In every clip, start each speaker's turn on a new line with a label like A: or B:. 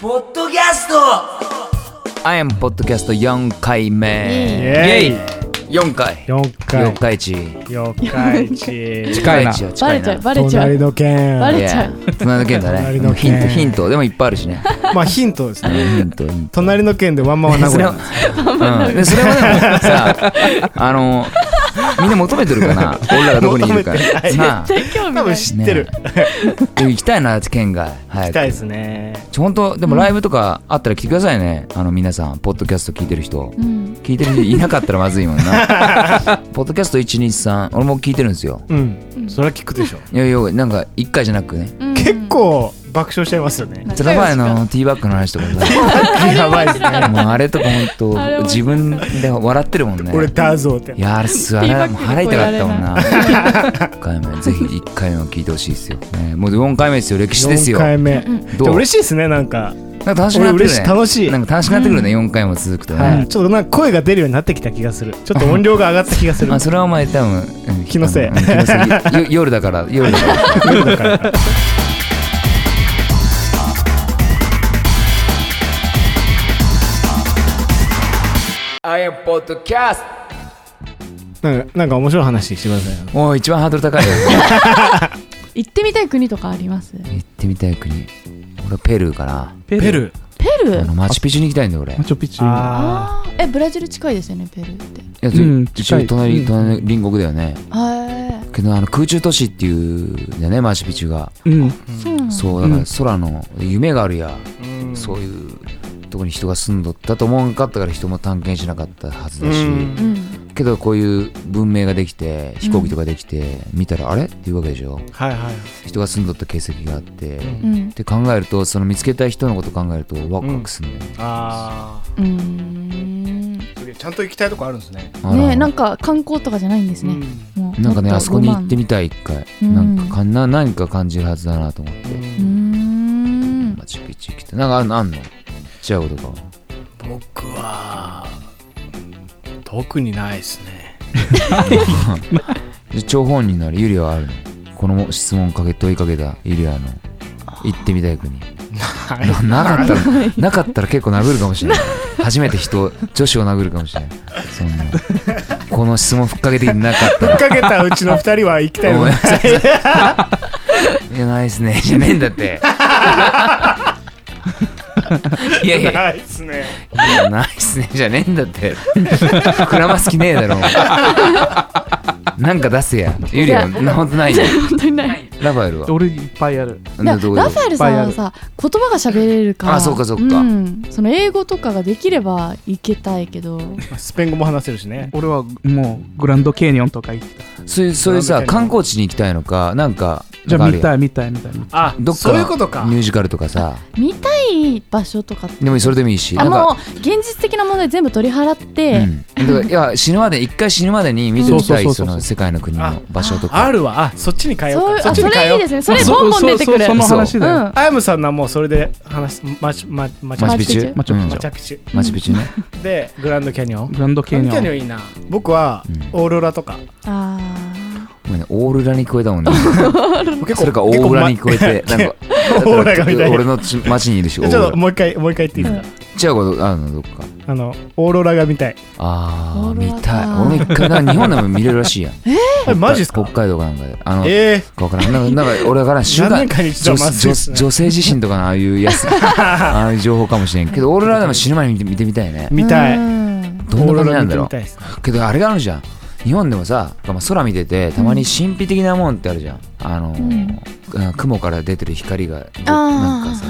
A: ポッドキャスト
B: I am ポッドキャスト四回目。
C: イエーイ
B: イェイ四回。
C: 四
B: 四
C: 回
B: 回一。
C: 四回 一
B: 近
D: 近
B: い
D: い
B: な。
D: な
B: 近
E: バレ
B: い
E: ちゃ
B: な。
E: うバレちゃ
D: 隣
E: う
D: の県
E: バレ
B: い
E: ちゃ
B: や
E: う、
B: 隣の県だ
C: 隣の
B: ね。ヒ
C: 県
B: ントヒントでもいっぱいある しね。
D: まあヒントです
B: う
D: ね
B: んヒントヒント。
D: 隣の県でワンマンは名
B: そ
D: 古
B: れは
D: 屋、
B: うんで、それはでもさ、あの、みんな求めてるかな。俺らがどこにいるか。
D: 求めてない
B: なあ
E: 絶対興味な
D: 多
E: い
D: 分知ってる、
B: でも行きたいな県外。は
D: 行きたいですね
B: ちょ本当でもライブとかあったら来てくださいね。あの皆さんポッドキャスト聞いてる人。
E: うん
B: 聞いてる人いなかったらまずいもんな ポッドキャスト123俺も聞いてるんですよ
D: うんそれは聞くでしょ
B: いやいやなんか1回じゃなくね
E: うん
D: 結構爆笑しちゃいますよね
B: その前のティーバッグの話 とかさ
D: やばいですね
B: もうあれとか本
E: あれ
B: 当
E: 面
B: 自
E: 白
B: 分で笑ってるもんね
D: 俺ダーゾーって
B: いやあれすあれ
E: ティーバッグ
B: もう腹痛かったもんな1回目ぜひ1回目を聞いてほしいですよ、ね、もう4回目ですよ歴史ですよ
D: 4回目
B: ど
D: で
B: う
D: 嬉しいですねなんか、
B: なんか楽しくなってくるね
D: 俺嬉しい楽しい
B: なんか楽しくなってくるね、4回も続くとね、
D: はいちょっとなんか声が出るようになってきた気がするちょっと音量が上がった気がする
B: あそれはお前多分、うん
D: 気のせい
B: うん気のせいよ夜だから夜だから
D: なんかなんか面白い話してくださいよ
B: もう一番ハードル高いよ
E: 行ってみたい国とかあります
B: 行ってみたい国俺はペルーかな
C: ペル
D: ル
E: ペル
B: あの
E: ー
B: マチュピチュに行きたいんだよ俺い
C: マチョピチュ
D: あ
E: あーえブラジル近いですよねペルーって
B: や
C: うん
B: 一応
C: 近
B: 隣
C: い
B: 隣隣国だよね
E: は
B: けどあの空中都市っていうんだよねマチュピチュが
C: うん
E: いそうなんだ
B: そうだから空の夢があるやそういうとこに人が住んどったと思わんかったから人も探検しなかったはずだし
D: うん
E: うん
B: けどこういう文明ができて飛行機とかできて見たらあれっていうわけでしょ
D: はいはい
B: 人が住んどった形跡があってっ
E: うん
B: て考えるとその見つけた人のこと考えるとワクワクするんだよね
D: あ
E: うーんね
D: あちゃんと行きたいとこあるんですね
B: あら
E: えなんか観光とかじゃないんですねもう
B: なんかね
E: も
B: あ
E: っと
B: そこに
E: ロ
B: 行
E: マン
B: ってみたい一回、
E: うん
B: なんかかな何か感じるはずだなと思って、
E: うーん
B: マチュピチュ来てなんかあんのあんの違うことか
D: 僕は特にないですね
B: で張本人ならユリアはあるのこの質問かけ問いかけたユリアの行ってみたい国ななかったらなかったら結構殴るかもしれ ない初めて人女子を殴るかもしれないそんな この質問ふっかけてなか ったら
D: かけたうちの二人は行きたい
B: ご
D: の
B: めんなさいいやないですねじゃねえんだって いやいや
D: ないですね
B: いやないっすねじゃねえんだって 膨らます気ねえだろなんか出せやユリアなほんとないよ
E: 本当にない
B: ラファエルは
C: 俺いっぱいある
E: いやラ
B: ど
E: フ
B: こで
E: ァエルさんはさ言葉が喋れるから
B: あそうかそうか
E: んその英語とかができれば行けたいけど
D: スペイン語も話せるしね
C: 俺はもうグランドケーニオンとか行ってた
B: そういうそういう
D: ラ
B: さ
D: ファエル
B: 観光地に行きたいのかなんか
C: じゃ
B: な
C: あ
B: んか
C: 見
B: るやん
C: たい見たい見たい
D: あ
B: どっか
D: そう
B: の
D: いうことか
B: ミュージカルとかさ
E: 見たい場所とかって
B: でもそれでもいいし
E: あ
B: なん
E: も
B: か
E: う現実的な問題全部取り払って、
B: うん、だからいや死ぬまで一回死ぬまでに見てみた
C: そ
B: いう
C: そ
B: そう
C: そうそうそう
B: の世界の国の場所と
D: あ
B: か
D: るわあそっちに変えよ
E: そう
D: か
E: ういう
D: そっ
E: あ
D: ち
E: そ
D: に変え
E: れい
D: よ
E: いうですねそれボンボン出てくる
C: そうそうそうその話だよ
E: うん
D: アイムさんのはもうそれで話マチママチ
B: マ
D: マ
B: チュ
D: チ
B: ピチュ
E: マ
C: チュピチュ
B: うん
D: マチャピチ
B: マチュピチュね
D: ュでグランドキャニオン
C: グランドケー
D: グラン
C: ニ
D: ドキャニ
C: オ
D: オ
C: ン
D: ンいいな僕は
B: う
D: オーロラとか
E: あ
B: ごめんねオールラに聞こえた もんね
D: 結
B: それかオーラに聞こえてなんか
D: オーラがみたいな
B: 俺のち街にいるし
D: ち
B: オ
D: ょっ
B: ーラ
D: ともう一回もう一回言っていいです
B: 違
D: か
B: うことあるのどっか
D: あのオーロラが見たい
B: あー
E: オーロラ
B: 見たい
E: か
B: 俺一回なんか日本でも見れるらしいやん
D: えマジっすか
B: 北海道かなんかであの
D: え
B: わからんなんかなんか俺わ からん週刊
D: 何年かに一度は
B: 女
D: まずいっ
B: 女
D: すね
B: 女性自身とかのああいうや つああいう情報かもしれんけどオーロラでも死ぬ前に見て見てみたいね
D: ー
E: ー
D: 見た
E: う
D: い
E: ん
B: どんな感じなんだ
D: 見て
B: ろ
D: み
B: う
D: たいですね
B: けどあれがあるじゃん日本でもさまあ空見ててたまに神秘的なもんってあるじゃんあのー雲から出てる光がなんかさ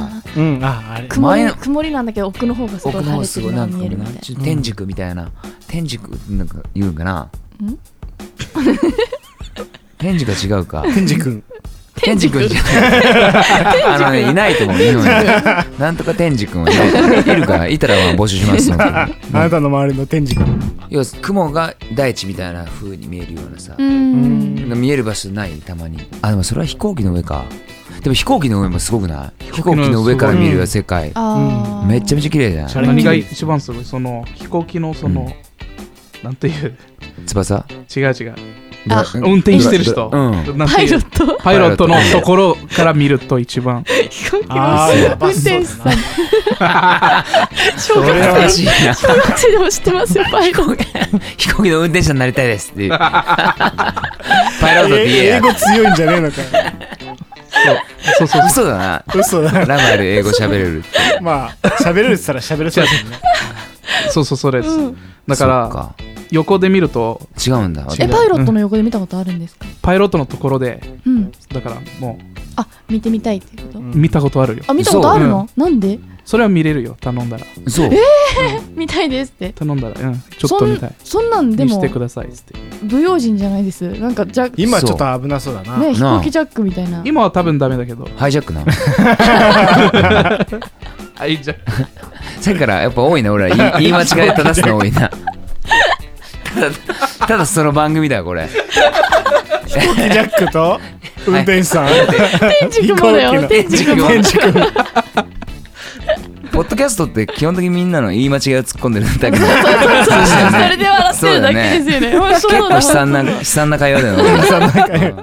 E: あー
D: うんああれ
E: 曇
B: 前
E: り
B: の
E: 曇りなんだけど奥の方がすご
B: 奥
E: い
B: の
E: 晴
B: 方
E: れ
B: す
E: て
B: ご
E: る
B: いな
E: の
B: ん
E: が
B: か
E: 見えるみたい
B: なちょっと天竺みたいな天竺なんか言うんかな 天竺は違うか
D: 天竺君
B: 天竺君じゃないあのねいないと思う日本 になんとか天竺君はいないいるからいたらまあ募集しますので
D: あなたの周りの天竺君
B: 要は雲が大地みたいな風に見えるようなさ、
E: うん
B: 見える場所ないたまにあでもそれは飛行機の上かでも飛行機の上もすごくない飛行機の上から見る世界
E: あー
B: めちゃめちゃ綺麗じゃ
D: シャ
B: ん
D: レ
C: 何が一番すごいその飛行機のそのなんていう
B: 翼
C: 違う違う
B: ドラ
E: あ
C: 運転してる人
B: うん
C: なん
E: パ
C: て
E: イ
C: い
E: ロ
C: う
E: ット
C: パイロットのところから見ると一 番
E: 飛行機
D: あーや
E: の運
D: ばそうだ
E: 転
D: な
E: 手さん小学
D: それはマ
E: 生 小学生でも知ってますよパイロット
B: 飛行機の運転手になりたいですっていうパイロットって言え
D: 英
B: や
D: 語強いんじゃねえのか よ
C: そうそうそう
B: 嘘だな
D: 嘘だ
B: ラマで英語喋れるって
D: まあ喋れるって言ったら喋れそうだけどね
C: そうそうそれです、
E: うん
C: だから
B: そっ
C: 横で見ると
B: 違うんだ
E: えパイロットの横で見たことあるんですか
C: パイロットのところで
E: うん
C: だからも
E: あ見てみたいっていうこと
D: うん
C: う見たことあるよ
E: あ見たことあるのなんで
C: それは見れるよ頼んだら
B: そう
E: 見たいですって
C: 頼んだらうんちょっと見たい
E: そんそんなんで
C: 見し
E: も
C: てくださいっつって
E: 舞踊人じゃないですなんかジャック
D: 今ちょっと危なそうだな
E: ね飛
B: なあ
E: 行機ジャックみたいな
C: 今は多分ダメだけど
B: ハイジャックな
C: はいじゃ
B: さっきからやっぱ多いな俺は言い言い間違い正すの多いなただただその番組だこれ
D: 飛行機ジャックと運転手さん
E: 天竺もだよ
B: 飛
E: 天
B: 行機の
E: 竺も
B: 天ポッドキャストって基本的にみんなの言い間違いを突っ込んでるだけど
E: それで笑ってるだけですよねもうそう
B: 結
E: いうの
B: 構悲惨な悲惨な会話だよね
D: さんなんかよ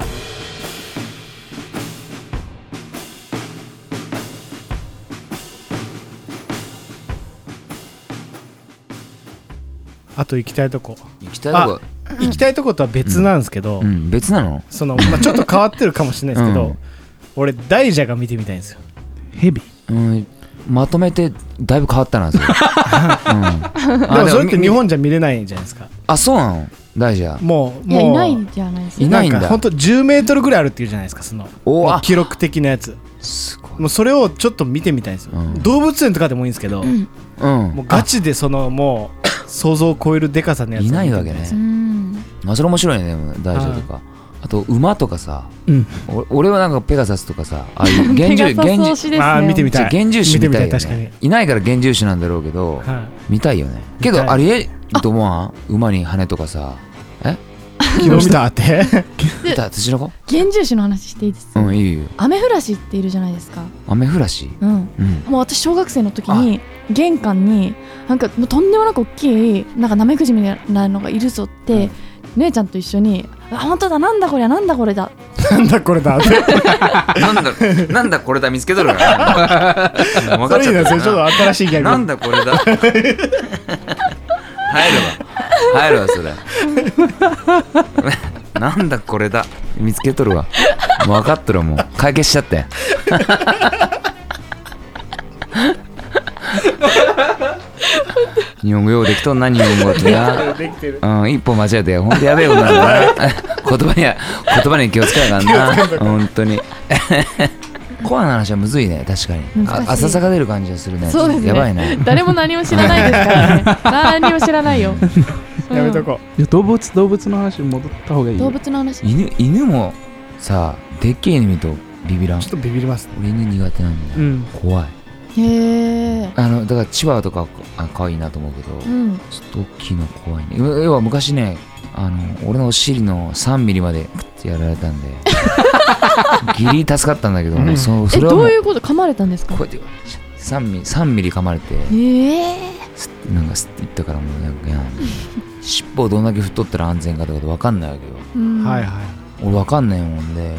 D: あと行きたいとこ
B: 行きたいとこ
D: 行きたいとことは別なんですけど、
B: うん別なの
D: その、まあ、ちょっと変わってるかもしれないですけど、
B: うん
D: 俺大蛇が見てみたいんですよ
C: ヘビ
B: うんまとめてだいぶ変わったなそれ、うん、
D: でもそれって日本じゃ見れないじゃないですか
B: あそうなの大事や
D: もう
E: いや
D: もう
E: いないじゃないですか
B: いないんだ
D: んかほんと10メートルぐらいあるっていうじゃないですかその
B: おー
D: もう
B: あ
D: 記録的なやつ
B: すごい
D: もうそれをちょっと見てみたいんですよ、
B: うん
D: 動物園とかでもいいんですけど、
B: うん
D: もうガチでそのもう想像を超えるでかさのやつ
B: い
D: を見て
B: な
D: み
B: い
D: た
B: わけね
E: うん
B: まあそれ面白いねでも大事とかあと馬とかさ
C: うん
B: お俺はなんかペガサスとかさああ いう幻
E: ペ
B: 獣
E: ガサ
B: 幻
E: ス推
B: 獣
E: しですね
D: あー見てみ
B: じゃあ幻獣種みたいよ
D: 見てみたい確か
B: ねいないから幻獣種なんだろうけど
D: は
B: 見たいよね
D: 見
B: け
D: たい
B: どあれえと思わん馬に羽とかさえ
D: い、木下って
B: 見た土の子
E: 幻獣種の話していいです
B: うんいいよ
E: 雨降らしっているじゃないですか
B: 雨降らし
E: うん
B: うん
E: もう私小学生の時に玄関になんかもうとんでもなく大きいなんかナメクジみたいなのがいるぞって、姉ちゃんと一緒に「あ本当だなんだこりゃなんだこれだ
D: なんだこ れだって
B: なんだなんだこれだ見つけとるから 分
D: それいいなそれちょっと新しいギャグ
B: なんだこれだ入るわ入るわそれなんだこれだ見つけとるわもう分かっとるわもう解決しちゃって日本語ようできとんな日本語ってな
D: できてる
B: うん、一歩間違えて、ほんとやべえことなんだな。言葉には、言葉には気をつけなあかんな。本当に。コアな話はむずいね、確かに。
E: 難しい
B: あ浅さが出る感じがするね。
E: そうですね
B: やばいね。
E: 誰も何も知らないですからね何も知らないよ、うん
D: やめとこ
C: いや動物動物の話に戻った方がいい
E: 動物の話
B: 犬、犬もさ、でっけえ犬見るとビビら
D: うんちょっ。とビビります
B: 俺犬苦手なんだ
C: う
B: よ。
C: ん
B: 怖い。
E: へえ
B: あの、だからチワワとかはあ可愛いなと思うけど、
E: うん
B: ちょっと大きいの怖いね。要要は昔ね、あの、俺のお尻の3ミリまでプッてやられたんで、ギリ助かったんだけど、
D: うん
B: そ
E: え
B: それは
E: ど
B: もう
E: ういうこと噛まれたんですか
B: こうやって3ミリ3ミリ噛まれて
E: ええ
B: スッなんかスッていったからもうなんかやん尻尾をどんだけ振っとったら安全かとか分かんないわけよ
E: うん
D: はい
E: い
D: は
B: 俺分かんないもんでで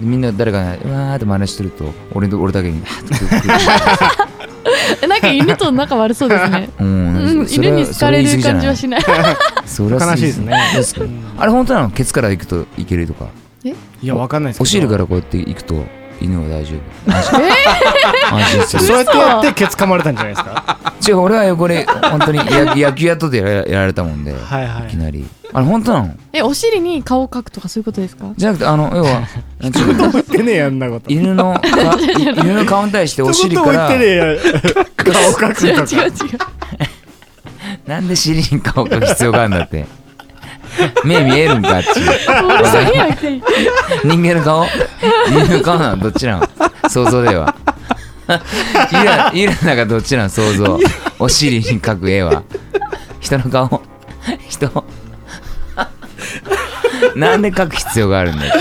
B: みんな誰かねうわーって真似してると俺と俺だけに
E: えなんか犬と仲悪そうですね
B: うん
E: うん、
B: それ
E: 犬に好かれる感じは
B: ない
E: しない。
B: それは過ぎじゃない
D: 悲しいで
B: そ
D: い、
B: れ
D: う
B: は過ぎ
D: ん
B: あれ本当なのケツから行くといけるとか
D: いやわかんないですけど
B: お尻からこうやって行くと犬は大丈夫安心安心する
D: そうやってやってケツ噛まれたんじゃないですか
B: 違う俺は横に本当に野野球やっとってやらやられたもんでい
D: はいはい
B: きなりあれ本当なの
E: え、お尻に顔を描くとかそういうことですか。
B: じゃなくてあの要はなんていうの
D: 言ってねえやんなこと
B: 犬 のか犬の顔に対してお尻か
D: 一言も
B: ら
D: 言ってねえや顔描
E: 違う
D: くと
E: 違う違
D: か
E: う。
B: なんで尻に顔描く必要があるんだって目見えるんかっていう
E: うるさいやんけ
B: 人間の顔 犬の顔なのどっちなの想像ではイライラナがどっちなの想像お尻に描く絵は人の顔人なんで描く必要があるんだよ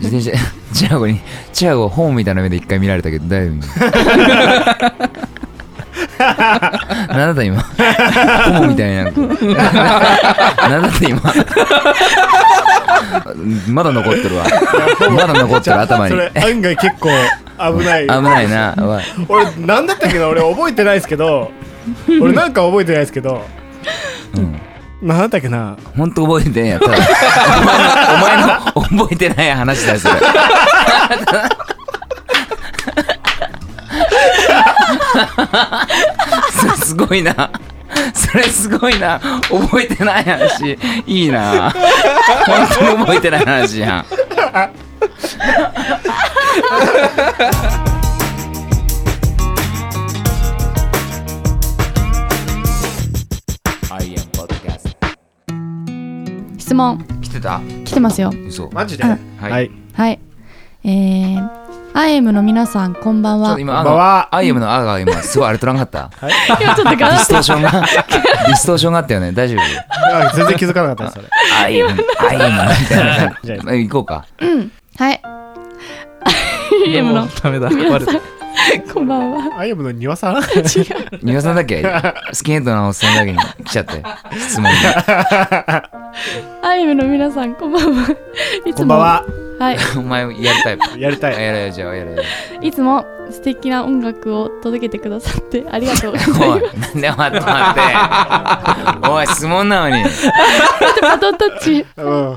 B: 自転車チアゴにチアゴホームみたいな目で一回見られたけど大丈夫なんだった今ポモみたいななんだった今まだ残ってるわまだ残ってる頭に
D: それ案外結構危ない
B: 危ないなわ
D: 俺なんだったっけな俺覚えてないですけど俺なんか覚えてないですけど
B: うん
D: なんだったっけな
B: 本当覚えてんやただお前のお前の覚えてない話だよそれそれすごいなそれすごいな覚えてない話いいな本当に覚えてない話やんアイアンポッドキャスト
E: 質問
B: 来てた
E: 来てますよ
B: 嘘
D: マジで
E: あ
D: は
B: はい
D: い
E: はいえー、アエムの皆さんこんばん
B: ちょっ
E: は
B: と今あ
D: こんばん
B: の
D: は
B: アイエムの「あ」が今すごいあれとらんか った
E: 今ちょっと
B: ディスト
E: ガ
B: ーションがディストーションがあったよね大丈夫
D: あ全然気づかなかったです
B: アイエムアイエムみたいな
D: それじゃあ
B: 感じ行こうか
E: はい アエムの
C: もうダメだバレた
E: こんばんは
D: アイアムの庭さん
B: 庭さんだっけスキンヘッドのおっさんだけに来ちゃって質問 に
E: アイムの皆さんこんばんはいつも
D: こんばんは
E: はい
B: お前やるタイプ
D: やりたい
B: やれよじゃあやれよ
E: いつも素敵な音楽を届けてくださってありがとうござい
B: お
E: ま
B: いな
E: す
B: んで待って待 っておい質問なのに
E: バトンタッチ
D: うん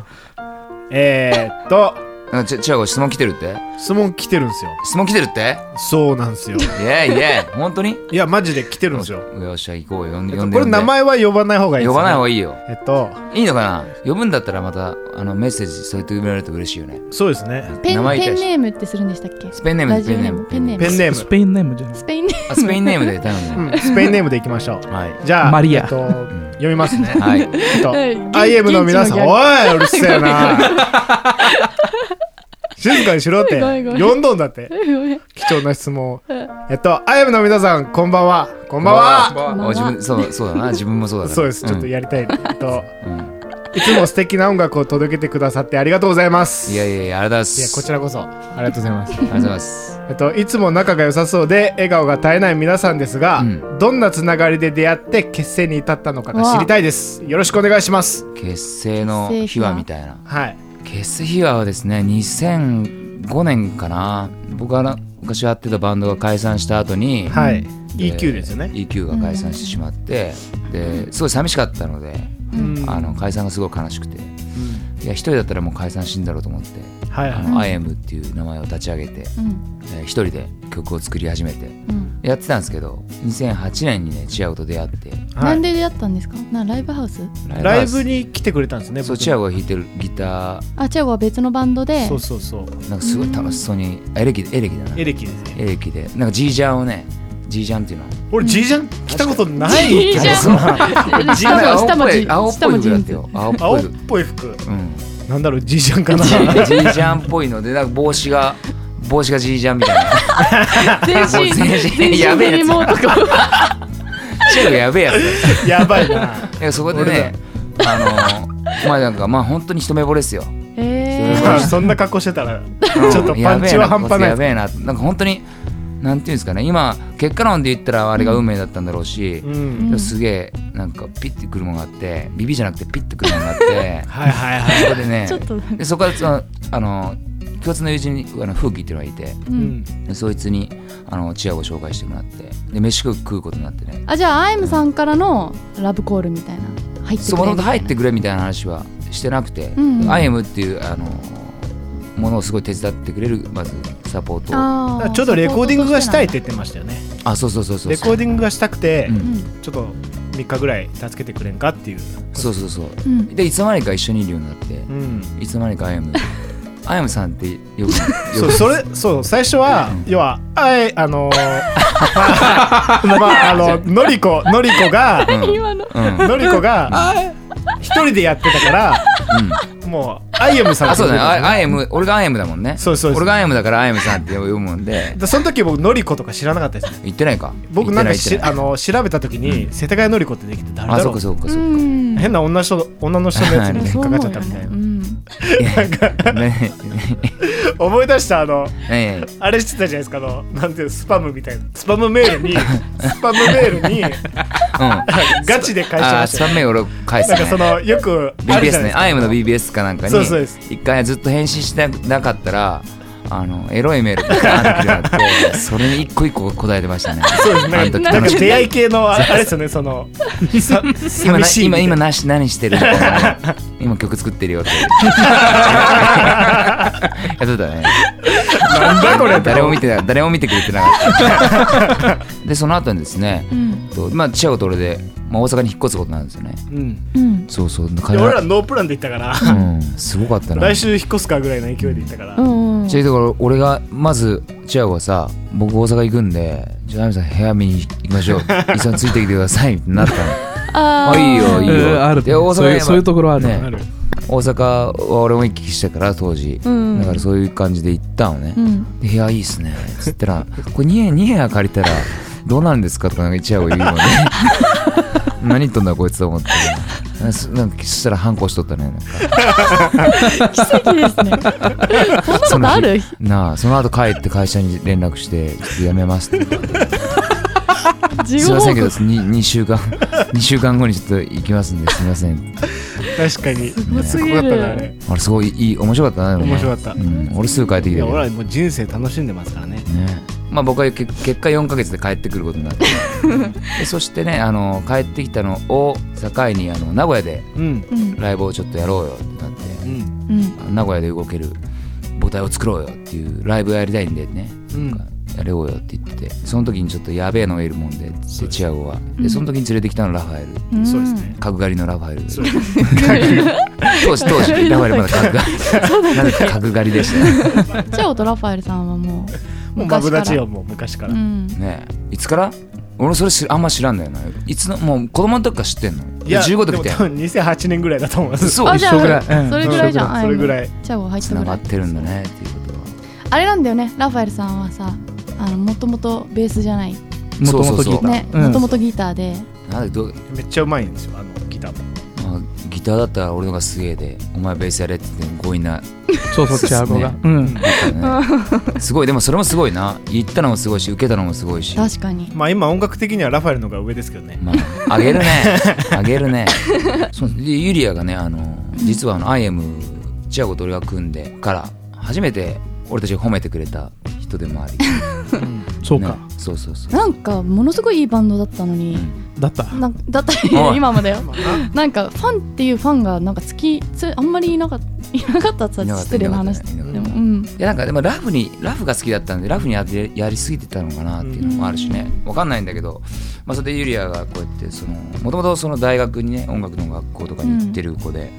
D: えーっと
B: あちょちょ質問来てるって
D: 質問来てるんですよ
B: 質問来てるって
D: そうなんですよ
B: イエイイエイ本当に
D: いやマジで来てるんですよ
B: よっしゃ行こうよ呼ん
D: え
B: で
D: っ
B: 呼
D: と
B: んで
D: これ名前は呼ばない方がいいです
B: 呼
D: よ
B: ばない方が
D: ね
B: いいよ
D: えっと
B: いいのかな呼ぶんだったらまたあのメッセージ添えてくれると嬉しいよね
D: そうですね
B: 名
E: ペン
B: 前
E: ペ
B: 言
E: ン
B: いたいし
E: ネームってするんでしたっけ
B: スペインネーム
E: ラジオネームペンネーム
D: ペンネー
C: スペインネームじゃない
E: スペインネ
B: あスペインネームで頼むね
D: ムうんスペインネームでいきましょう
B: はい
D: じゃあ
C: マリア
D: えっと読みますね
B: はい
D: えっと
E: ーム
D: アイエムの皆さん、
E: は
D: おい、うるせえ な。静かにしろって、
E: ごめんごめん
D: 読んどんだって、貴重な質問を。えっと、アイエムの皆さん、こんばんは。こんばんは。
E: んばんは
B: あ自分そうそうだな自分もそうだから
D: そうです、ちょっと
B: ん
D: やりたい。えっと、
B: うん
D: いつも素敵な音楽を届けてくださってありがとうございます。
B: いやいやいやありがとうございま
D: いや
B: す
D: こちらこそ、ありがとうございます。
B: ありがとうございます
D: えっと、いつも仲が良さそうで、笑顔が絶えない皆さんですが、
B: うん
D: どんなつながりで出会って結成に至ったのかが知りたいです。よろしくお願いします。
B: 結成の
E: 結
B: 秘
E: 成秘話
B: 話みたいな
D: はい。
B: 結成秘話はですね2005年かな僕が昔やってたバンドが解散した後に
D: はい。
B: で
D: EQ ですよね。
B: EQ が解散してしまってですごい寂しかったので
D: うん
B: あの解散がすごい悲しくていや一人だったらもう解散しんだろうと思って
D: はいはい
B: あ。の IM っていう名前を立ち上げて
E: うん
B: えー一人で曲を作り始めて
E: うん
B: やってたんですけど2008年にねチアゴと出会って
D: は
E: ないんで出会ったんですかなライブハウス
D: ラ
B: ハ
D: イ
B: ウ
D: ブ
B: ス
D: に来てくれたんですね。
B: そう
D: 僕
B: チアゴが弾いてるギター
E: あチャゴは別のバンドで
D: そうそうそう。
B: なんかすごい楽しそうにエレキエレキだな
D: エレキですね。
B: エレキでなんか G ジャンをね G ジャンっていうの
D: 俺、じいちゃん来たことない
E: G ジャン
D: そんな
E: 下も
B: 青っ
E: 下も
B: ぽい青っぽ
E: じ
B: い服だった
E: 下も
B: よ青っ
D: 青
B: ぽい
D: っ
B: 服
D: ぽい服。
B: うん
D: なんだろう、じいちゃんかな。
B: G ジャンっぽいのでなんか帽子が帽子が G ジャンみたいな
E: 全身
B: 全身
E: 全身
B: やべえやつ
E: デニム男
B: チアゴやべえやつだよ
D: やばいな。
B: いやそこでねあのーまあなんかまあ本当に一目惚れですよ
E: え
B: それは
E: ー
D: そんな格好してたら、
B: うん
D: ちょっとパンチは半端
B: や
D: ないで
B: べえなやべえななんか本当になんていうんですかね今結果論で言ったらあれが運命だったんだろうし
D: す。、うん。
E: ん
B: すげえなんかピッてくるものがあってビビじゃなくてピッてくるものがあって
D: はいはいはい。
B: そこで ね
E: ちょっと
B: でそこからそのあの共通の友人にあの風紀っていうのがいて
E: う
D: うんん。
B: でそいつにあのチアゴを紹介してもらってで飯食う食うことになってね
E: あじゃあアイムさんからのラブコールみたいな入って
B: そ
E: く
B: も
E: れ
B: と
E: み
B: もと
E: た
B: 入
E: い
B: っ
E: な
B: てくれみたいな話はしてなくて、
E: うんうん
B: アイエムっていうあのものをすごい手伝ってくれるまずサポートを
E: あー
D: ちょっとレコーディングがしたいって言ってましたよね。
B: あそうそうそうそう
D: レコーディングがしたくて
B: う、
E: うんん
D: ちょっと3日ぐらい助けてくれんかっていう。
B: そうそうそう
E: うん
B: でいつの間にか一緒にいるようになって、
D: うん。
B: いつの間にかアイ ムアイムさんって呼ぶ
D: そ
B: 呼
D: う
B: ぶ
D: それそう最初は要はあい あのーまああののりこのりこが
B: うん
E: 今の
B: うんうん
D: のりこが一人でやってたからもうアイエムさん
B: あそうだね
D: って呼んで
B: アイム俺がアイムだもんね
D: そうそうそう
B: 俺がアイムだからアイムさんって呼ぶもんで
D: たでその時僕のりことか知らなかったですね
B: 言ってないか
D: 僕なんか
B: 言って
D: し
B: い言って
D: あの調べた時に、世田谷のりこってできて誰
B: ないあ
D: だ
B: そ
D: ろ
B: っ
D: う
B: かそっか
E: う
B: そっ
E: ん
D: 変な女の人女の人のやつに引っかかっちゃったみたいな、
E: うん
B: かね
D: 思い出したあの
B: ええ
D: あれしてたじゃないですかあのなんていうのスパムみたいなスパムメー ルにスパムメールに
B: うん
D: ガチで返し
B: あ
D: ま
B: あ
D: し
B: ス
D: た
B: パ
D: よ
B: ムメール俺返す
D: なんかそ
B: ね
D: のよくある
B: BBS
D: じゃないです
B: ね
D: か
B: IM の BBS かなんかに
D: そうそうです
B: 一回ずっと返信してなかったらあのエロいメールがバーンって来るよう になってそれに一個一個答えてましたね
D: そうです
B: あ
D: ね
B: の時
D: なん
B: 楽
D: か
B: しかっ
D: 出会い系のああれですよねその
B: た
D: さ
B: 今
D: 寂
B: な
D: しい
B: 今
D: みたい
B: 今
D: な
B: なし何してるみたい な今曲作ってるよってやってたね
D: なんだこれ
B: 誰も見てな誰も見てくれてなかったでその後にですね
E: うん
B: とまあ千代と俺で、まあ、大阪に引っ越すことなんですよね
D: うん
E: うん
B: そうそう
D: で俺ら
B: う
D: ノープランで行ったから
B: んすごかったな
D: 来週引っ越すかぐらいの勢いで行ったから
E: う、んうん
B: じゃあだから俺がまず千代がさ僕大阪行くんでじゃあナミさん部屋見に行きましょ う一緒についてきてくださいってなったの
E: あ
B: あ
E: ー
B: いいよいいよ
C: うんある
B: で大阪
C: そうい
B: やっ
C: う
B: ぱ
C: そういうところある
B: ね
C: ある
B: 大阪は俺も行き来したから当時、
E: うん
B: だからそういう感じで行ったのね、
E: うん
B: で部屋いいっすねつったら「これ2部屋2部屋借りたらどうなんですか?」とかなんか一夜を言う ので何言っとんだこいつと思ってなそなんかそしたら反抗しとったねなんか
E: 奇跡です ねそんなことあ
B: その
E: る
B: 日なあその後帰って会社に連絡して「ちょっと辞めます」って「
E: 事
B: すい
E: 後
B: ま
E: 報
B: せんけど
E: 告
B: に 2, 週間 2週間後にちょっと行きますんですいません」
D: 確かに
E: ごすぎ
D: ご
E: る
D: かったなあれ
B: あれすごいいい面白かったなでもね
D: 面白かった
B: うん、俺すぐ帰ってき
D: い
B: た
D: や
B: けど
D: 俺ら
B: ね
D: もう人生楽しんでますからね
B: まあ僕はけ結果4ヶ月で帰ってくることになってでそしてねあの帰ってきたのを境にあの名古屋で
D: うん
E: うん
B: ライブをちょっとやろうよってなって
D: うん
E: うん
B: 名古屋で動ける母体を作ろうよっていうライブやりたいんでね
D: うん
B: やれようよって言っててその時にちょっとやべえのがいるもんでって
D: そうです
B: チアゴは
E: う
B: で
E: ん
B: その時に連れてきたのラファエル
E: うん
D: そうですね
B: 角刈りのラファエル
D: そうで
B: 当時当時ラファエルまだ角刈りなんか角刈りでしたね
E: チェオとラファエルさんはもう
D: もうマブダチ
E: よ
D: よもう昔か
E: う
D: ら
E: ん
B: ねえいつから俺もそれ知らあんま知らんだよないつのもう子供の時から知ってんの
D: いや
B: 15
D: で
B: 時
D: も
B: だ
D: 多
B: よ
D: 分2008年ぐらいだと思います
B: そう
E: あ
B: 一
E: じ
B: 緒
E: ゃあ
C: ぐらいうん
E: それぐらいじゃん
D: それぐらい
E: あいみチャオが入って
B: つ
E: た
B: な
E: ぐ
B: が
E: ら
B: っ
E: い
B: てるんだねっていうことは
E: あれなんだよねラファエルさんはさあのもともとベースじゃない
C: もともと
B: そうそう
C: 聞い
B: そう
C: た
E: ね
C: うん
E: もともとギターで
B: なんでどう
D: めっちゃうまいんですよあのギターも
B: まあギターだったら俺のがすげえでお前ベースやれって言って強引な
C: そうそうチアゴが
B: そう
C: うん
B: ねすごいでもそれもすごいな言ったのもすごいし受けたのもすごいし
E: 確かに
D: まあ今音楽的にはラファエルの方が上ですけどね
B: まああげ るねあげるねそうでユリアがねあの実はあの「アイエムチアゴと俺が組んでから初めて俺たちが褒めてくれた人でもあり
C: そうか
B: ねそうそうそう
E: なんかものすごいいいバンドだったのに
C: だった
E: なんかだった
B: おい
E: 今までよなんかファンっていうファンがなんか好きつあんまりいなかったいなかったって言ったら失礼な話で
B: いなかったいなかったいなかった
E: もうん
B: いやなんかでもラフにラフが好きだったんでラフにやりやりすぎてたのかなっていうのもあるしねわかんないんだけど、まあ、それでユリアがこうやってそのもともとその大学にね音楽の学校とかに行ってる子で、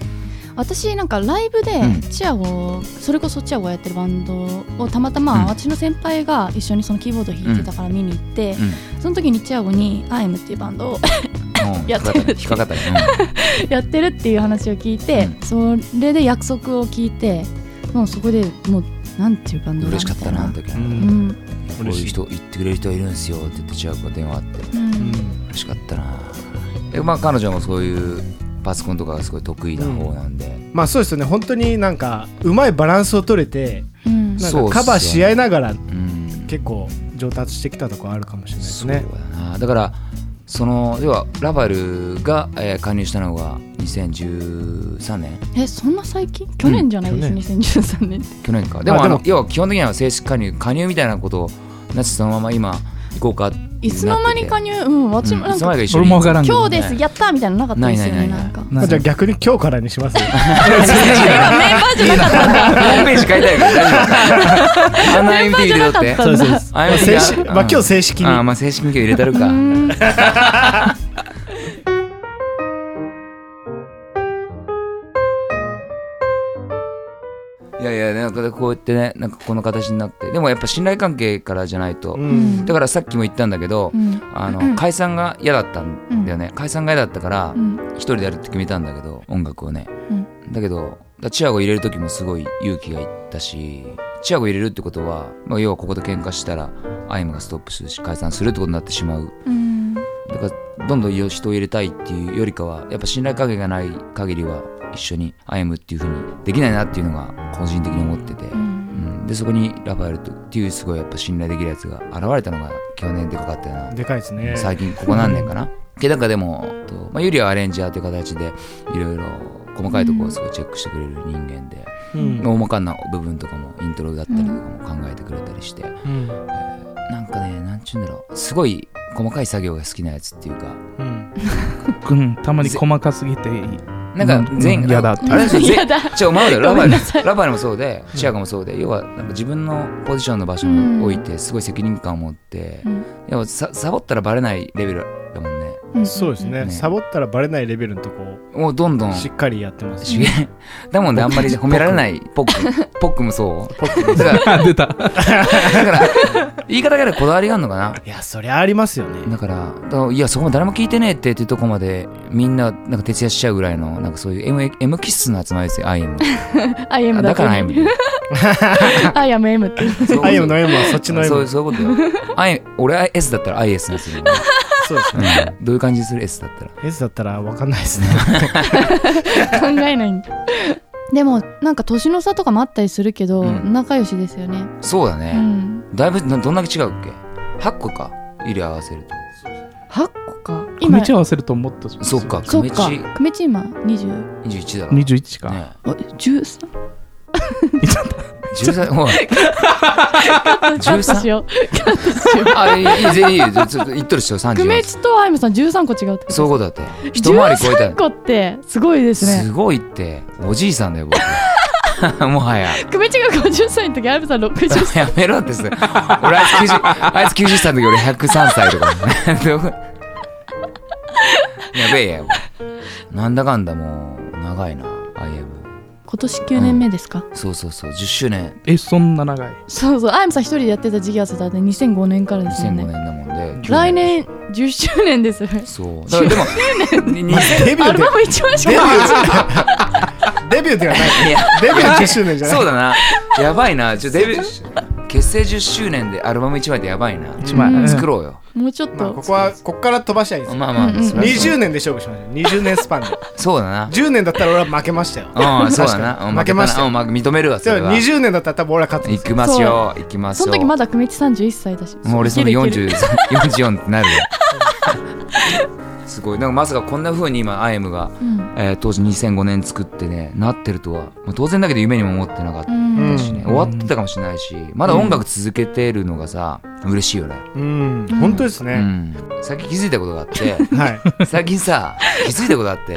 E: 私なんかライブで
B: うん
E: チアゴそれこそチアゴがやってるバンドをたまたま
B: うん
E: 私の先輩が一緒にそのキーボード弾いてたから見に行って
B: うん
E: その時にチアゴに「アイムっていうバンドを
B: うん
E: や
B: 引っ
E: っ
B: てかかった
E: る
B: 引っかかったね、うん
E: やってるっていう話を聞いてそれで約束を聞いてもうそこでもうなんていうバンドだ
B: 嬉しかったなあの
E: み
B: 時
D: う
B: は、
E: た
D: ん
E: いなうん
B: こういう人言ってくれる人がいるんですよって言って千秋が電話あって
E: うん
B: 嬉しかったなでまあ彼女もそういうパソコンとかがすごい得意な方なんで、
D: まあそうですよね本当になんかうまいバランスを取れて
E: う
D: な
E: ん
D: ん
B: そうっすよ
D: か
B: ね
D: カバーし合いながら
B: うん
D: 結構上達してきたとこあるかもしれないです
B: そう
D: ね
B: だなだからその要はラバルが、えー加入したのが2013年
E: えそんな最近去年じゃないです、2013年って
B: 去年かでも
D: あ
B: あ
D: でも
B: の要は基本的には正式加入加入みたいなことをなしそのまま今行こうかってなってて
E: いつの間に加
B: 入
E: 入うん私もなんか、
B: 一緒
C: 俺
B: に
C: もわからんけ
E: 今
C: ど
E: 日ですやったみたいなのなかったですよ
B: な
E: ね
B: いないない
E: な
B: ない
E: んか
D: まあじゃあ逆に今日からにします
B: いいなホームペ ージ変えたいから大丈夫かあんな MT 入れとって
E: そうそうそう
B: あ
D: まあ正式
B: MT
D: まあ今日正式に
B: あーまあ正式に今日入れたる
E: う
B: か
E: ん
B: いやいやなんかこうやってねなんかこの形になってでもやっぱ信頼関係からじゃないと、
D: うん
B: だからさっきも言ったんだけど、
E: うん
B: あ
E: うん
B: の解散が嫌だったんだよね、解散が嫌だったから
E: うん
B: 一人でやるって決めたんだけど音楽をね、
E: う
B: だけどだチアゴ入れる時もすごい勇気がいったしチアゴ入れるってことは、まあ、要はここで喧嘩したらアイムがストップするし解散するってことになってしまう
E: うん
B: だからどんどん人を入れたいっていうよりかはやっぱ信頼関係がない限りは一緒にアイムっていうふうにできないなっていうのが個人的に思ってて、
E: うん
B: うんでそこにラファエルとっていうすごいやっぱ信頼できるやつが現れたのが去年でかかったよな
D: でかいですね。
B: 最近ここ何年かな。でなんかでも、とまあ、ユリはアレンジャーという形でいろいろ細かいところをすごいチェックしてくれる人間で、
D: うん
B: 大まかな部分とかもイントロだったりとかも考えてくれたりして、
D: うん
B: なんかねなんちゅうんだろうすごい細かい作業が好きなやつっていうか
D: うん
C: うん、たまに細かすぎていい。
B: なんか全員が
C: うん嫌だって
B: あれですよ全
E: 嫌だ
B: じゃあお前だよラ
E: ご
B: バ
E: め
B: ー
E: んなさい
B: ラバーもそうでチアカもそうで、要はなんか自分のポジションの場所に置いてすごい責任感を持って、
E: うん
B: やっぱさサボったらバレないレベルだもんね
E: うん
D: そうですね。
B: ね
D: サボったらバレないレベルのとこ
B: もうどんどん
D: しっかりやってます。
B: し だもんねあんまり褒められないポックポックもそう
D: ポップ
B: だから
C: あ、出た。
B: だから言い方からこだわりがあるのかない
D: や、そりゃありますよね。
B: だからだからいやそこも誰も聞いてねえってっていうとこまでみんななんか徹夜しちゃうぐらいのなんかそういう M, M キッスの集まりですよ IM
E: アイエム
B: だ
E: だ
B: から IM
E: アイアム M っていう
B: そう
D: アイエムの M はそっちの M
B: そうそういうことよ I 俺は S だったら IS なんですよ、
D: そうですね。
B: うんどういう感じにする S だったら
D: S だったらわかんな いですね。
E: 考えないんだでもなんか年の差とかもあったりするけど、
B: うん
E: 仲良しですよね、
B: そうだ
E: う
B: ね、
E: ん、
B: だいぶなどんだけ違うっけ8個か入れ合わせる
E: 8個か
C: 組み合わせると思った
B: とそっか
E: そ
B: 久米
E: っか
B: 地
E: 久米チームは20
B: 21だろ、ね、
C: 21か。
E: 13
B: 13おい
E: カット
B: 13?
E: しよう
B: あいいいいぜいいよちょちょっと言っとるっしょ
E: 久米
B: 30
E: チとアイムさん13個違うってこと
B: そういうことだって一回り超えたよ
E: 13個ってすごいですね
B: すごいっておじいさんだよ僕 もはや
E: 久米チが50歳の時アイムさん60歳
B: やめろってす俺あいつ 90, あいつ90歳の時俺103歳とか ねどこやべえやなんだかんだもう長いな IM
E: 今年9年目ですか、
B: そうそうそう10周年
C: え、そんな長い。
E: そうそうアイムさん一人でやってた時期はそうだって2005年からですよ
B: 2005年
E: ね
B: だもんで9
E: 来年10周 年です
B: そうだからでも 2000…
D: デビュ
E: ア
D: ー
E: ル
D: で
E: バム1枚しか
D: デビュ
E: ない
D: ーデビューっていうかない
B: いや
D: デビュー10周年じゃない
B: そうだ なやばいなちょデビュー結成10周年でアルバム1枚ってやばいな
C: 1枚。
E: うん
B: 作ろうよ
E: もうちょっ
D: まあ、
E: と
D: ここはここから飛ばしたいです
B: まあまあ
E: うんうん
B: そりゃそう
D: 20年で勝負しました20年スパンで
B: そうだな
D: 10年だったら俺は負けましたよ
B: うん、そうだ
D: 確か
B: な。
D: に
B: うん
D: 負けました
B: う
D: よ
B: んま認めるわ、そ
D: で
B: れ
D: も
B: は。
D: 20年だったら多分俺は勝つんで
B: 行
D: す
B: きますよ、行きますよ。
E: その時まだ久米チ31歳だし
B: もう俺その
E: いけるいける
B: 40 44ってなるよ。すごい。なんかまさかこんな風に今、アイムが、
E: うん
B: えー当時2005年作ってね、なってるとは、まあ当然だけど夢にも思ってなかっ
E: う
B: た
E: ん
D: ん
B: しね、終わってたかもしれないし、まだ音楽続けてるのがさ、嬉しいよね。
D: うん本当です
B: う
D: ね、
B: ん。さっき気づいたことがあ って、
D: はい、
B: 最近さ気づいたことあって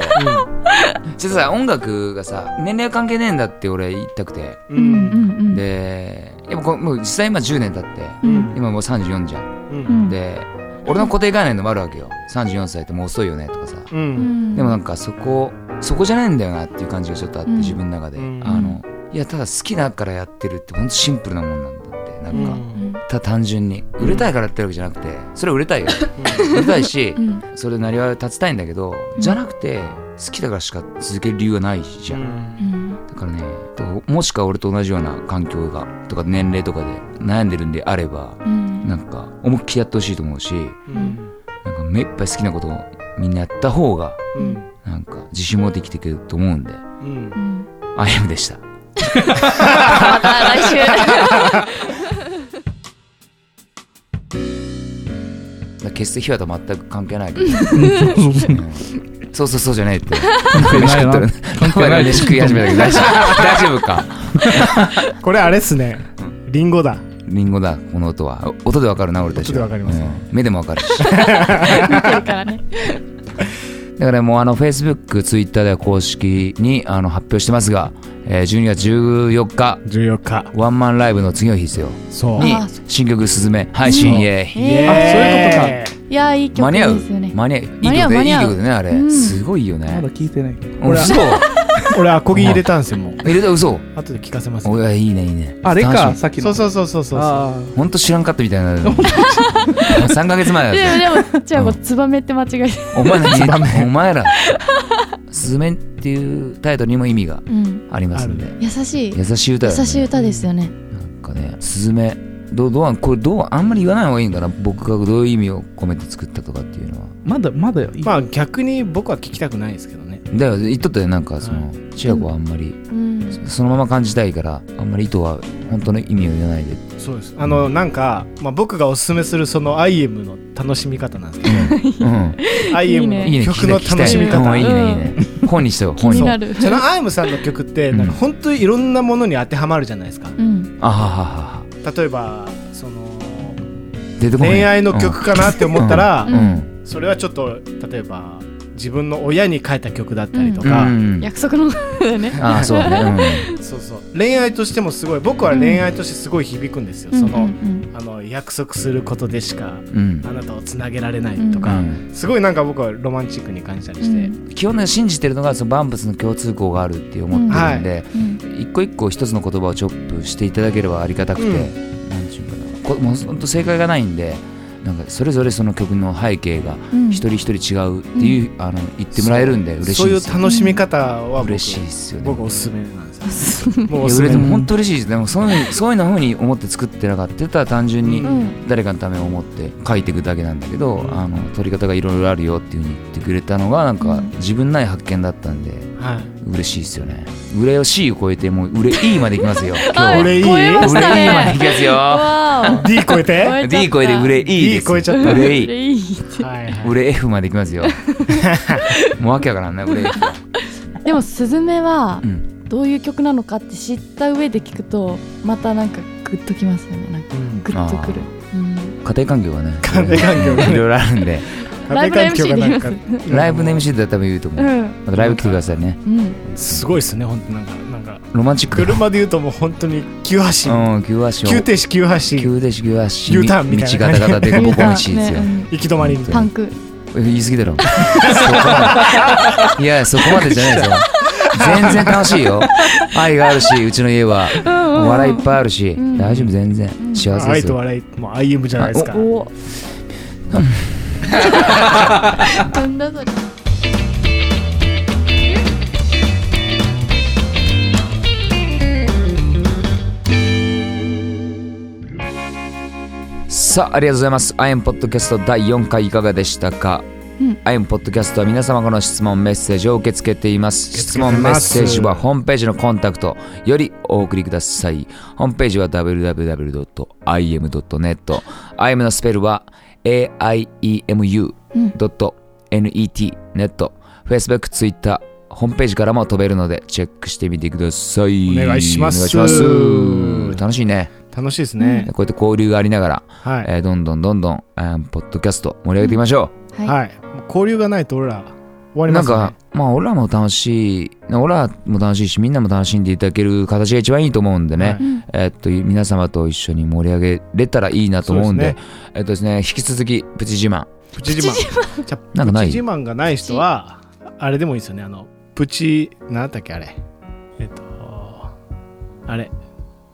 B: ちょっとさ音楽がさ年齢関係ねえんだって俺言いたくて
D: う
E: うんうんうんん
B: でやっぱこうもう実際今10年経って
E: うん
B: 今もう34じゃん、
D: う
E: うんん
B: で俺の固定概念のもあるわけよ34歳ってもう遅いよねとかさ
D: う
E: うんん
B: でもなんかそこそこじゃないんだよなっていう感じがちょっとあって、
E: うん
B: 自分の中で、
D: うん
B: あのいやただ好きだからやってるってほんとシンプルなもんなんだってな
D: うん
B: か、
D: ん
B: ただ単純に売れたいからやってるわけじゃなくてそれは売れたいよ売れたい し
E: うん
B: それでなりわいを立ちたいんだけど、
E: うん
B: じゃなくて好きだからしか続ける理由がないじゃん、
E: うん
B: だからねともしか俺と同じような環境がとか年齢とかで悩んでるんであれば
E: うん
B: なんか思いっきりやってほしいと思うし
D: うん
B: なんか目いっぱい好きなことをみんなやった方が
D: うん
B: なんか自信もできてくると思うんで
D: うん
E: うん
B: IM でした
E: また来週
B: だ決して秘話とは全く関係 ないけど、
C: そうそうそう
B: うんそうそうそうじゃないって
C: 関係ないな
B: 飯
C: 関係ない
B: 飯食い始めたけど大丈夫大丈夫か
D: これあれっすねリンゴだ
B: リンゴだこの音はお音でわかるな俺たち
D: 音で
B: は
D: わかりますね
B: うん目でもわかるし
E: 見てるからね
B: だからもうあの Facebook、Twitter では公式にあの発表してますが、えー12月14日、
D: 14日
B: ワンマンライブの次の日ですよ。
D: そう
B: に
E: あ
B: 新曲「すずめ」配信へ
E: イエーイ
D: あそういうこ
E: いやーいい曲
B: 間に合う
E: ですよね
B: 間に合ういい
E: 間に合
B: 曲
E: う
B: で
E: 間
B: いい
E: に合う
B: 曲でねあ
E: う
B: れ
E: ん
B: すごいよ
C: まだ
B: ね
C: 聞いてないけど。
D: 俺
B: 嘘
D: とか俺アコギ入れたんですよもう
B: 入れた嘘
D: 後で聞かせます
B: おいやいいねいいね
C: あれか、
B: 楽し
C: さっき
D: そ
C: の。
D: うそうそうそうそうそう
C: あ
B: みほんと知らんかったみたい な3ヶ月前だぜ
E: でもでもじゃあこう
B: う
E: ツバメって間違えて
B: お前らお前ら「すずめ」っていうタイトルにも意味が
E: うん
B: ありますんで
D: あ
E: 優しい
B: 優しい歌だ
E: 優
B: よね
E: しい歌ですよね
B: なんかね、スズメ、どう、どうなん、これどう、あんまり言わない方がいいんかな。僕がどういう意味を込めて作ったとかっていうのは。
C: まだ、まだよ。
D: まあ逆に僕は聞きたくないですけどね
B: だよ、言っとったよ、なんかその、千夜子はあんまり、
E: うん
B: そのまま感じたいから、あんまり意図は、本当の意味を言わないで
D: そうですあのなんか、まあ、僕がおすすめするその IM の楽しみ方なんですけ
B: うん
D: ど IM
E: い
D: の
E: い
B: いいね
D: 曲の
B: 聞きた
D: 楽
B: い
D: しみ
E: 聞き
D: 方
E: た
B: うんいいねいいね本にしよう本
E: 気
B: に
E: になる
D: その IM さんの曲ってなんか
B: うん
D: 本当にいろんなものに当てはまるじゃないですか
E: うん
B: あはははは
D: 例えばその
B: 出てこない
D: 恋愛の曲かなって思ったら、
B: うんうん
D: それはちょっと例えば自分の親に書いた曲だったりとか、
B: うん
E: 約束のだね
B: ああそうねうん
D: そうそう恋愛としてもすごい僕は恋愛としてすごい響くんですよ、その,、
E: うんうん
D: あの約束することでしか
B: うん
D: あなたをつなげられないとか、
B: うん
D: すごいなんか僕はロマンチックに感じたり
E: う
D: して、
E: ん
B: 基本的に信じてるのがその万物の共通項があるって思ってるんで、
E: うん
B: 一個一個一つの言葉をチョップしていただければありがたくて、なんていうのかなこもう本当正解がないんでなんかそれぞれその曲の背景が
E: うん
B: 一人一人違うっていう、あの言ってもらえるんで嬉し
D: そう
B: い
D: い
B: で
D: う
B: すよ
D: 楽しみ方は僕,、
B: 嬉しいですよね。
D: 僕おすすめなんですよ。
E: う
D: もう
B: い
D: お
B: や
D: すす
B: 俺
D: め
B: でも本当嬉しいですでもそう いうそういうのふうに思って作ってなかったら単純に
D: うん
B: 誰かのためを思って書いていくだけなんだけど、あの撮り方がいろいろあるよっていうふうに言ってくれたのがなんか
E: うん
B: 自分ない発見だったんで
D: はい
B: 嬉しいですよね嬉しいを超えてもう嬉いいまでいきますよ今日は
E: あ
B: 嬉
D: 俺いい
E: 超えま
B: い
E: し
B: ま
E: たね
B: でいきますよ
E: わ
D: D 超えて
E: お
B: D 超えて嬉いいです
D: D 超えちゃった
B: 嬉いい
E: いいって
D: はいはい
B: 売れ F までいき ますよもうわけわからんね売れ F は
E: でも「スズメ」は
B: うん
E: どういう曲なのかって知った上で聞くとまたなんかグッときますよねなんか
D: うん
E: グッとくる、うん、
B: 家庭環境がね
D: 家庭環境が
B: いろいろあるんで
E: ライブの MC で言います
B: ライブの MC で多分言うと思
E: う
B: うんまたライブ来てくださいね
E: うん
D: すごいですね本当なんかなんか
B: ロマンチックだ
D: 車で言うともう本当に急発進、
B: うん急足を
D: 急停止急発進
B: 急でし急足
D: U ターンみたいな
B: 道ガタガタでこぼこ道ですよ、
D: 行き止まりみたい
E: パ
D: な
E: ンク
B: 言い過ぎだろそこまでいやそこまでじゃないですよ全然楽しいよ愛があるしうちの家はお笑いいっぱいあるし、
E: ん
B: 大丈夫全然
E: ん
B: 幸せで
D: 愛
B: す
D: と
B: よ、
D: 笑いもう IM じゃないですか
E: おなんだそれ
B: さあありがとうございますアイエンポッドキャスト第4回いかがでしたか
E: うん
B: アイエンポッドキャストは皆様からの質問メッセージを受け付けています
D: 受け
B: 質
D: 付けてます
B: 問メッセージはホームページのコンタクトよりお送りくださいホームページは www.im.net im のスペルは aiemu
E: うん
B: .net ネット Facebook、Twitter ホームページからも飛べるのでチェックしてみてください
D: お願いします
B: お願いします楽しいね
D: 楽しいですね、
B: こうやって交流がありながら
D: はい、
B: えーどんどんどんどん、えーポッドキャスト盛り上げていきましょ
E: はい
D: はいもう交流がないと俺ら終わ
B: う、
D: り
B: な
D: ま
B: ん
D: すね
B: かまあ俺らも楽しい俺らも楽しいしみんなも楽しんでいただける形が一番いいと思うんでね、
D: はい
E: うん
B: えーっと皆様と一緒に盛り上げれたらいいなと思うんで
D: そうで
B: えーっとですね引き続きプチ自慢
D: プチ自慢じゃあ
B: なんかない
D: プチ自慢がない人はあれでもいいですよねあのプチなんだっけあれえっとあれ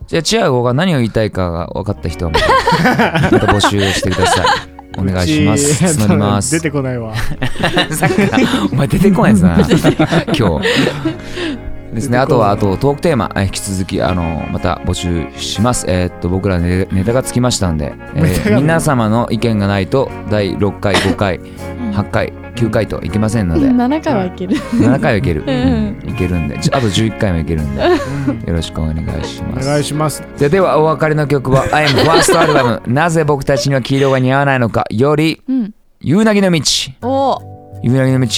B: じゃあチアゴが何を言いたいかが分かった 人はまたまた募集をしてくださいお願いします
D: プチ
B: 募りま
D: 出
B: す
D: てこないわ
B: さっきからお 前出てこないですな 今日ですねあとはあとトークテーマえー引き続きあのまた募集しますえーっと僕らネネタがつきましたんで、えー
D: ネタが
B: 皆様の意見がないと第6回5回8回9回といけませんので
E: 7回はいける
B: 7回はいける、
E: ん
B: うんいけるんでじゃあと11回もいけるんでよろしくお願いし
D: お
B: ます
D: 願いします
B: でではお別れの曲 は I'm First アルバム「なぜ僕たちには黄色が似合わないのか」より
E: うん
B: 「夕凪の道」
E: おお
B: 「夕凪の道好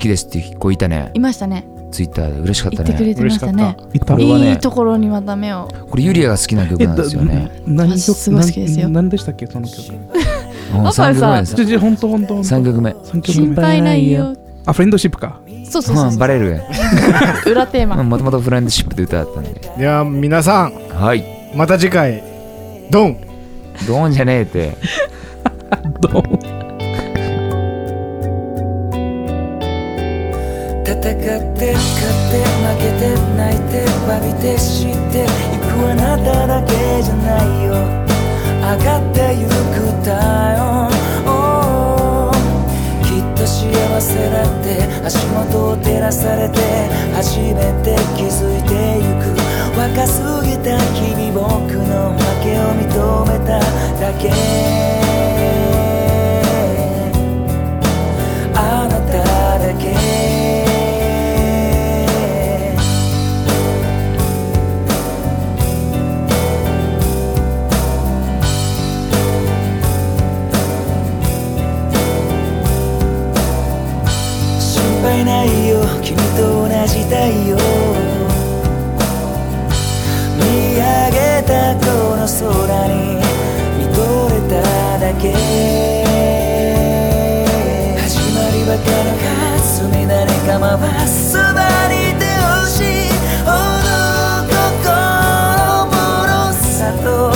B: きです」っていう子いたね
E: いましたね
B: ツイッターで嬉しかっ
E: 言
B: た
E: ってく
B: ね
E: れてましたね
C: いた
B: これはね
E: いいところにまた目を
B: これユリアが好きな曲なんですよね
C: えだ何曲
E: すごい好きですよ
C: な何でしたっけその曲
B: うん
E: パパ
B: 3曲目
E: さ
B: です
C: じゃじゃ本当本当
B: 3曲目
C: 三曲
E: 心
C: 目
E: 配ないよ
C: あフレンドシップか
E: そうそうそう
B: うん
E: そ
B: バレる
E: う裏テーマ
B: もともとフレンドシップで歌だったんで
D: では皆さん
B: はい
D: また次回ドン
B: ドーンじゃねえって
C: どう
A: 戦って勝って負けて泣いて詫びて知っていくあなただけじゃないよ上がってゆく太陽 Oh きっと幸せだって足元を照らされて初めて気づいてゆく若すぎた君僕の負けを認めただけあなただけ「たいよ見上げたこの空に見とれただけ始まりはからかすみ誰かまわすそばにいてほしいほど心もろさと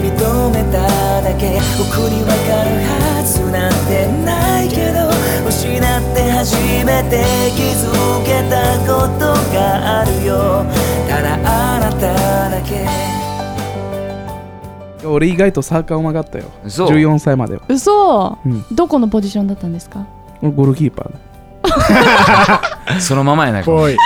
A: 認めただけ僕にわかるはずなんてないけど失って初めて気づけたことがあるよただあなただけ
C: 俺意外とサーカーうまかったよ
B: そう
C: 14歳までは、
E: 嘘
C: うん、
E: どこのポジションだったんですか
C: ゴールキーパーだ
B: そのままやな
D: ぽい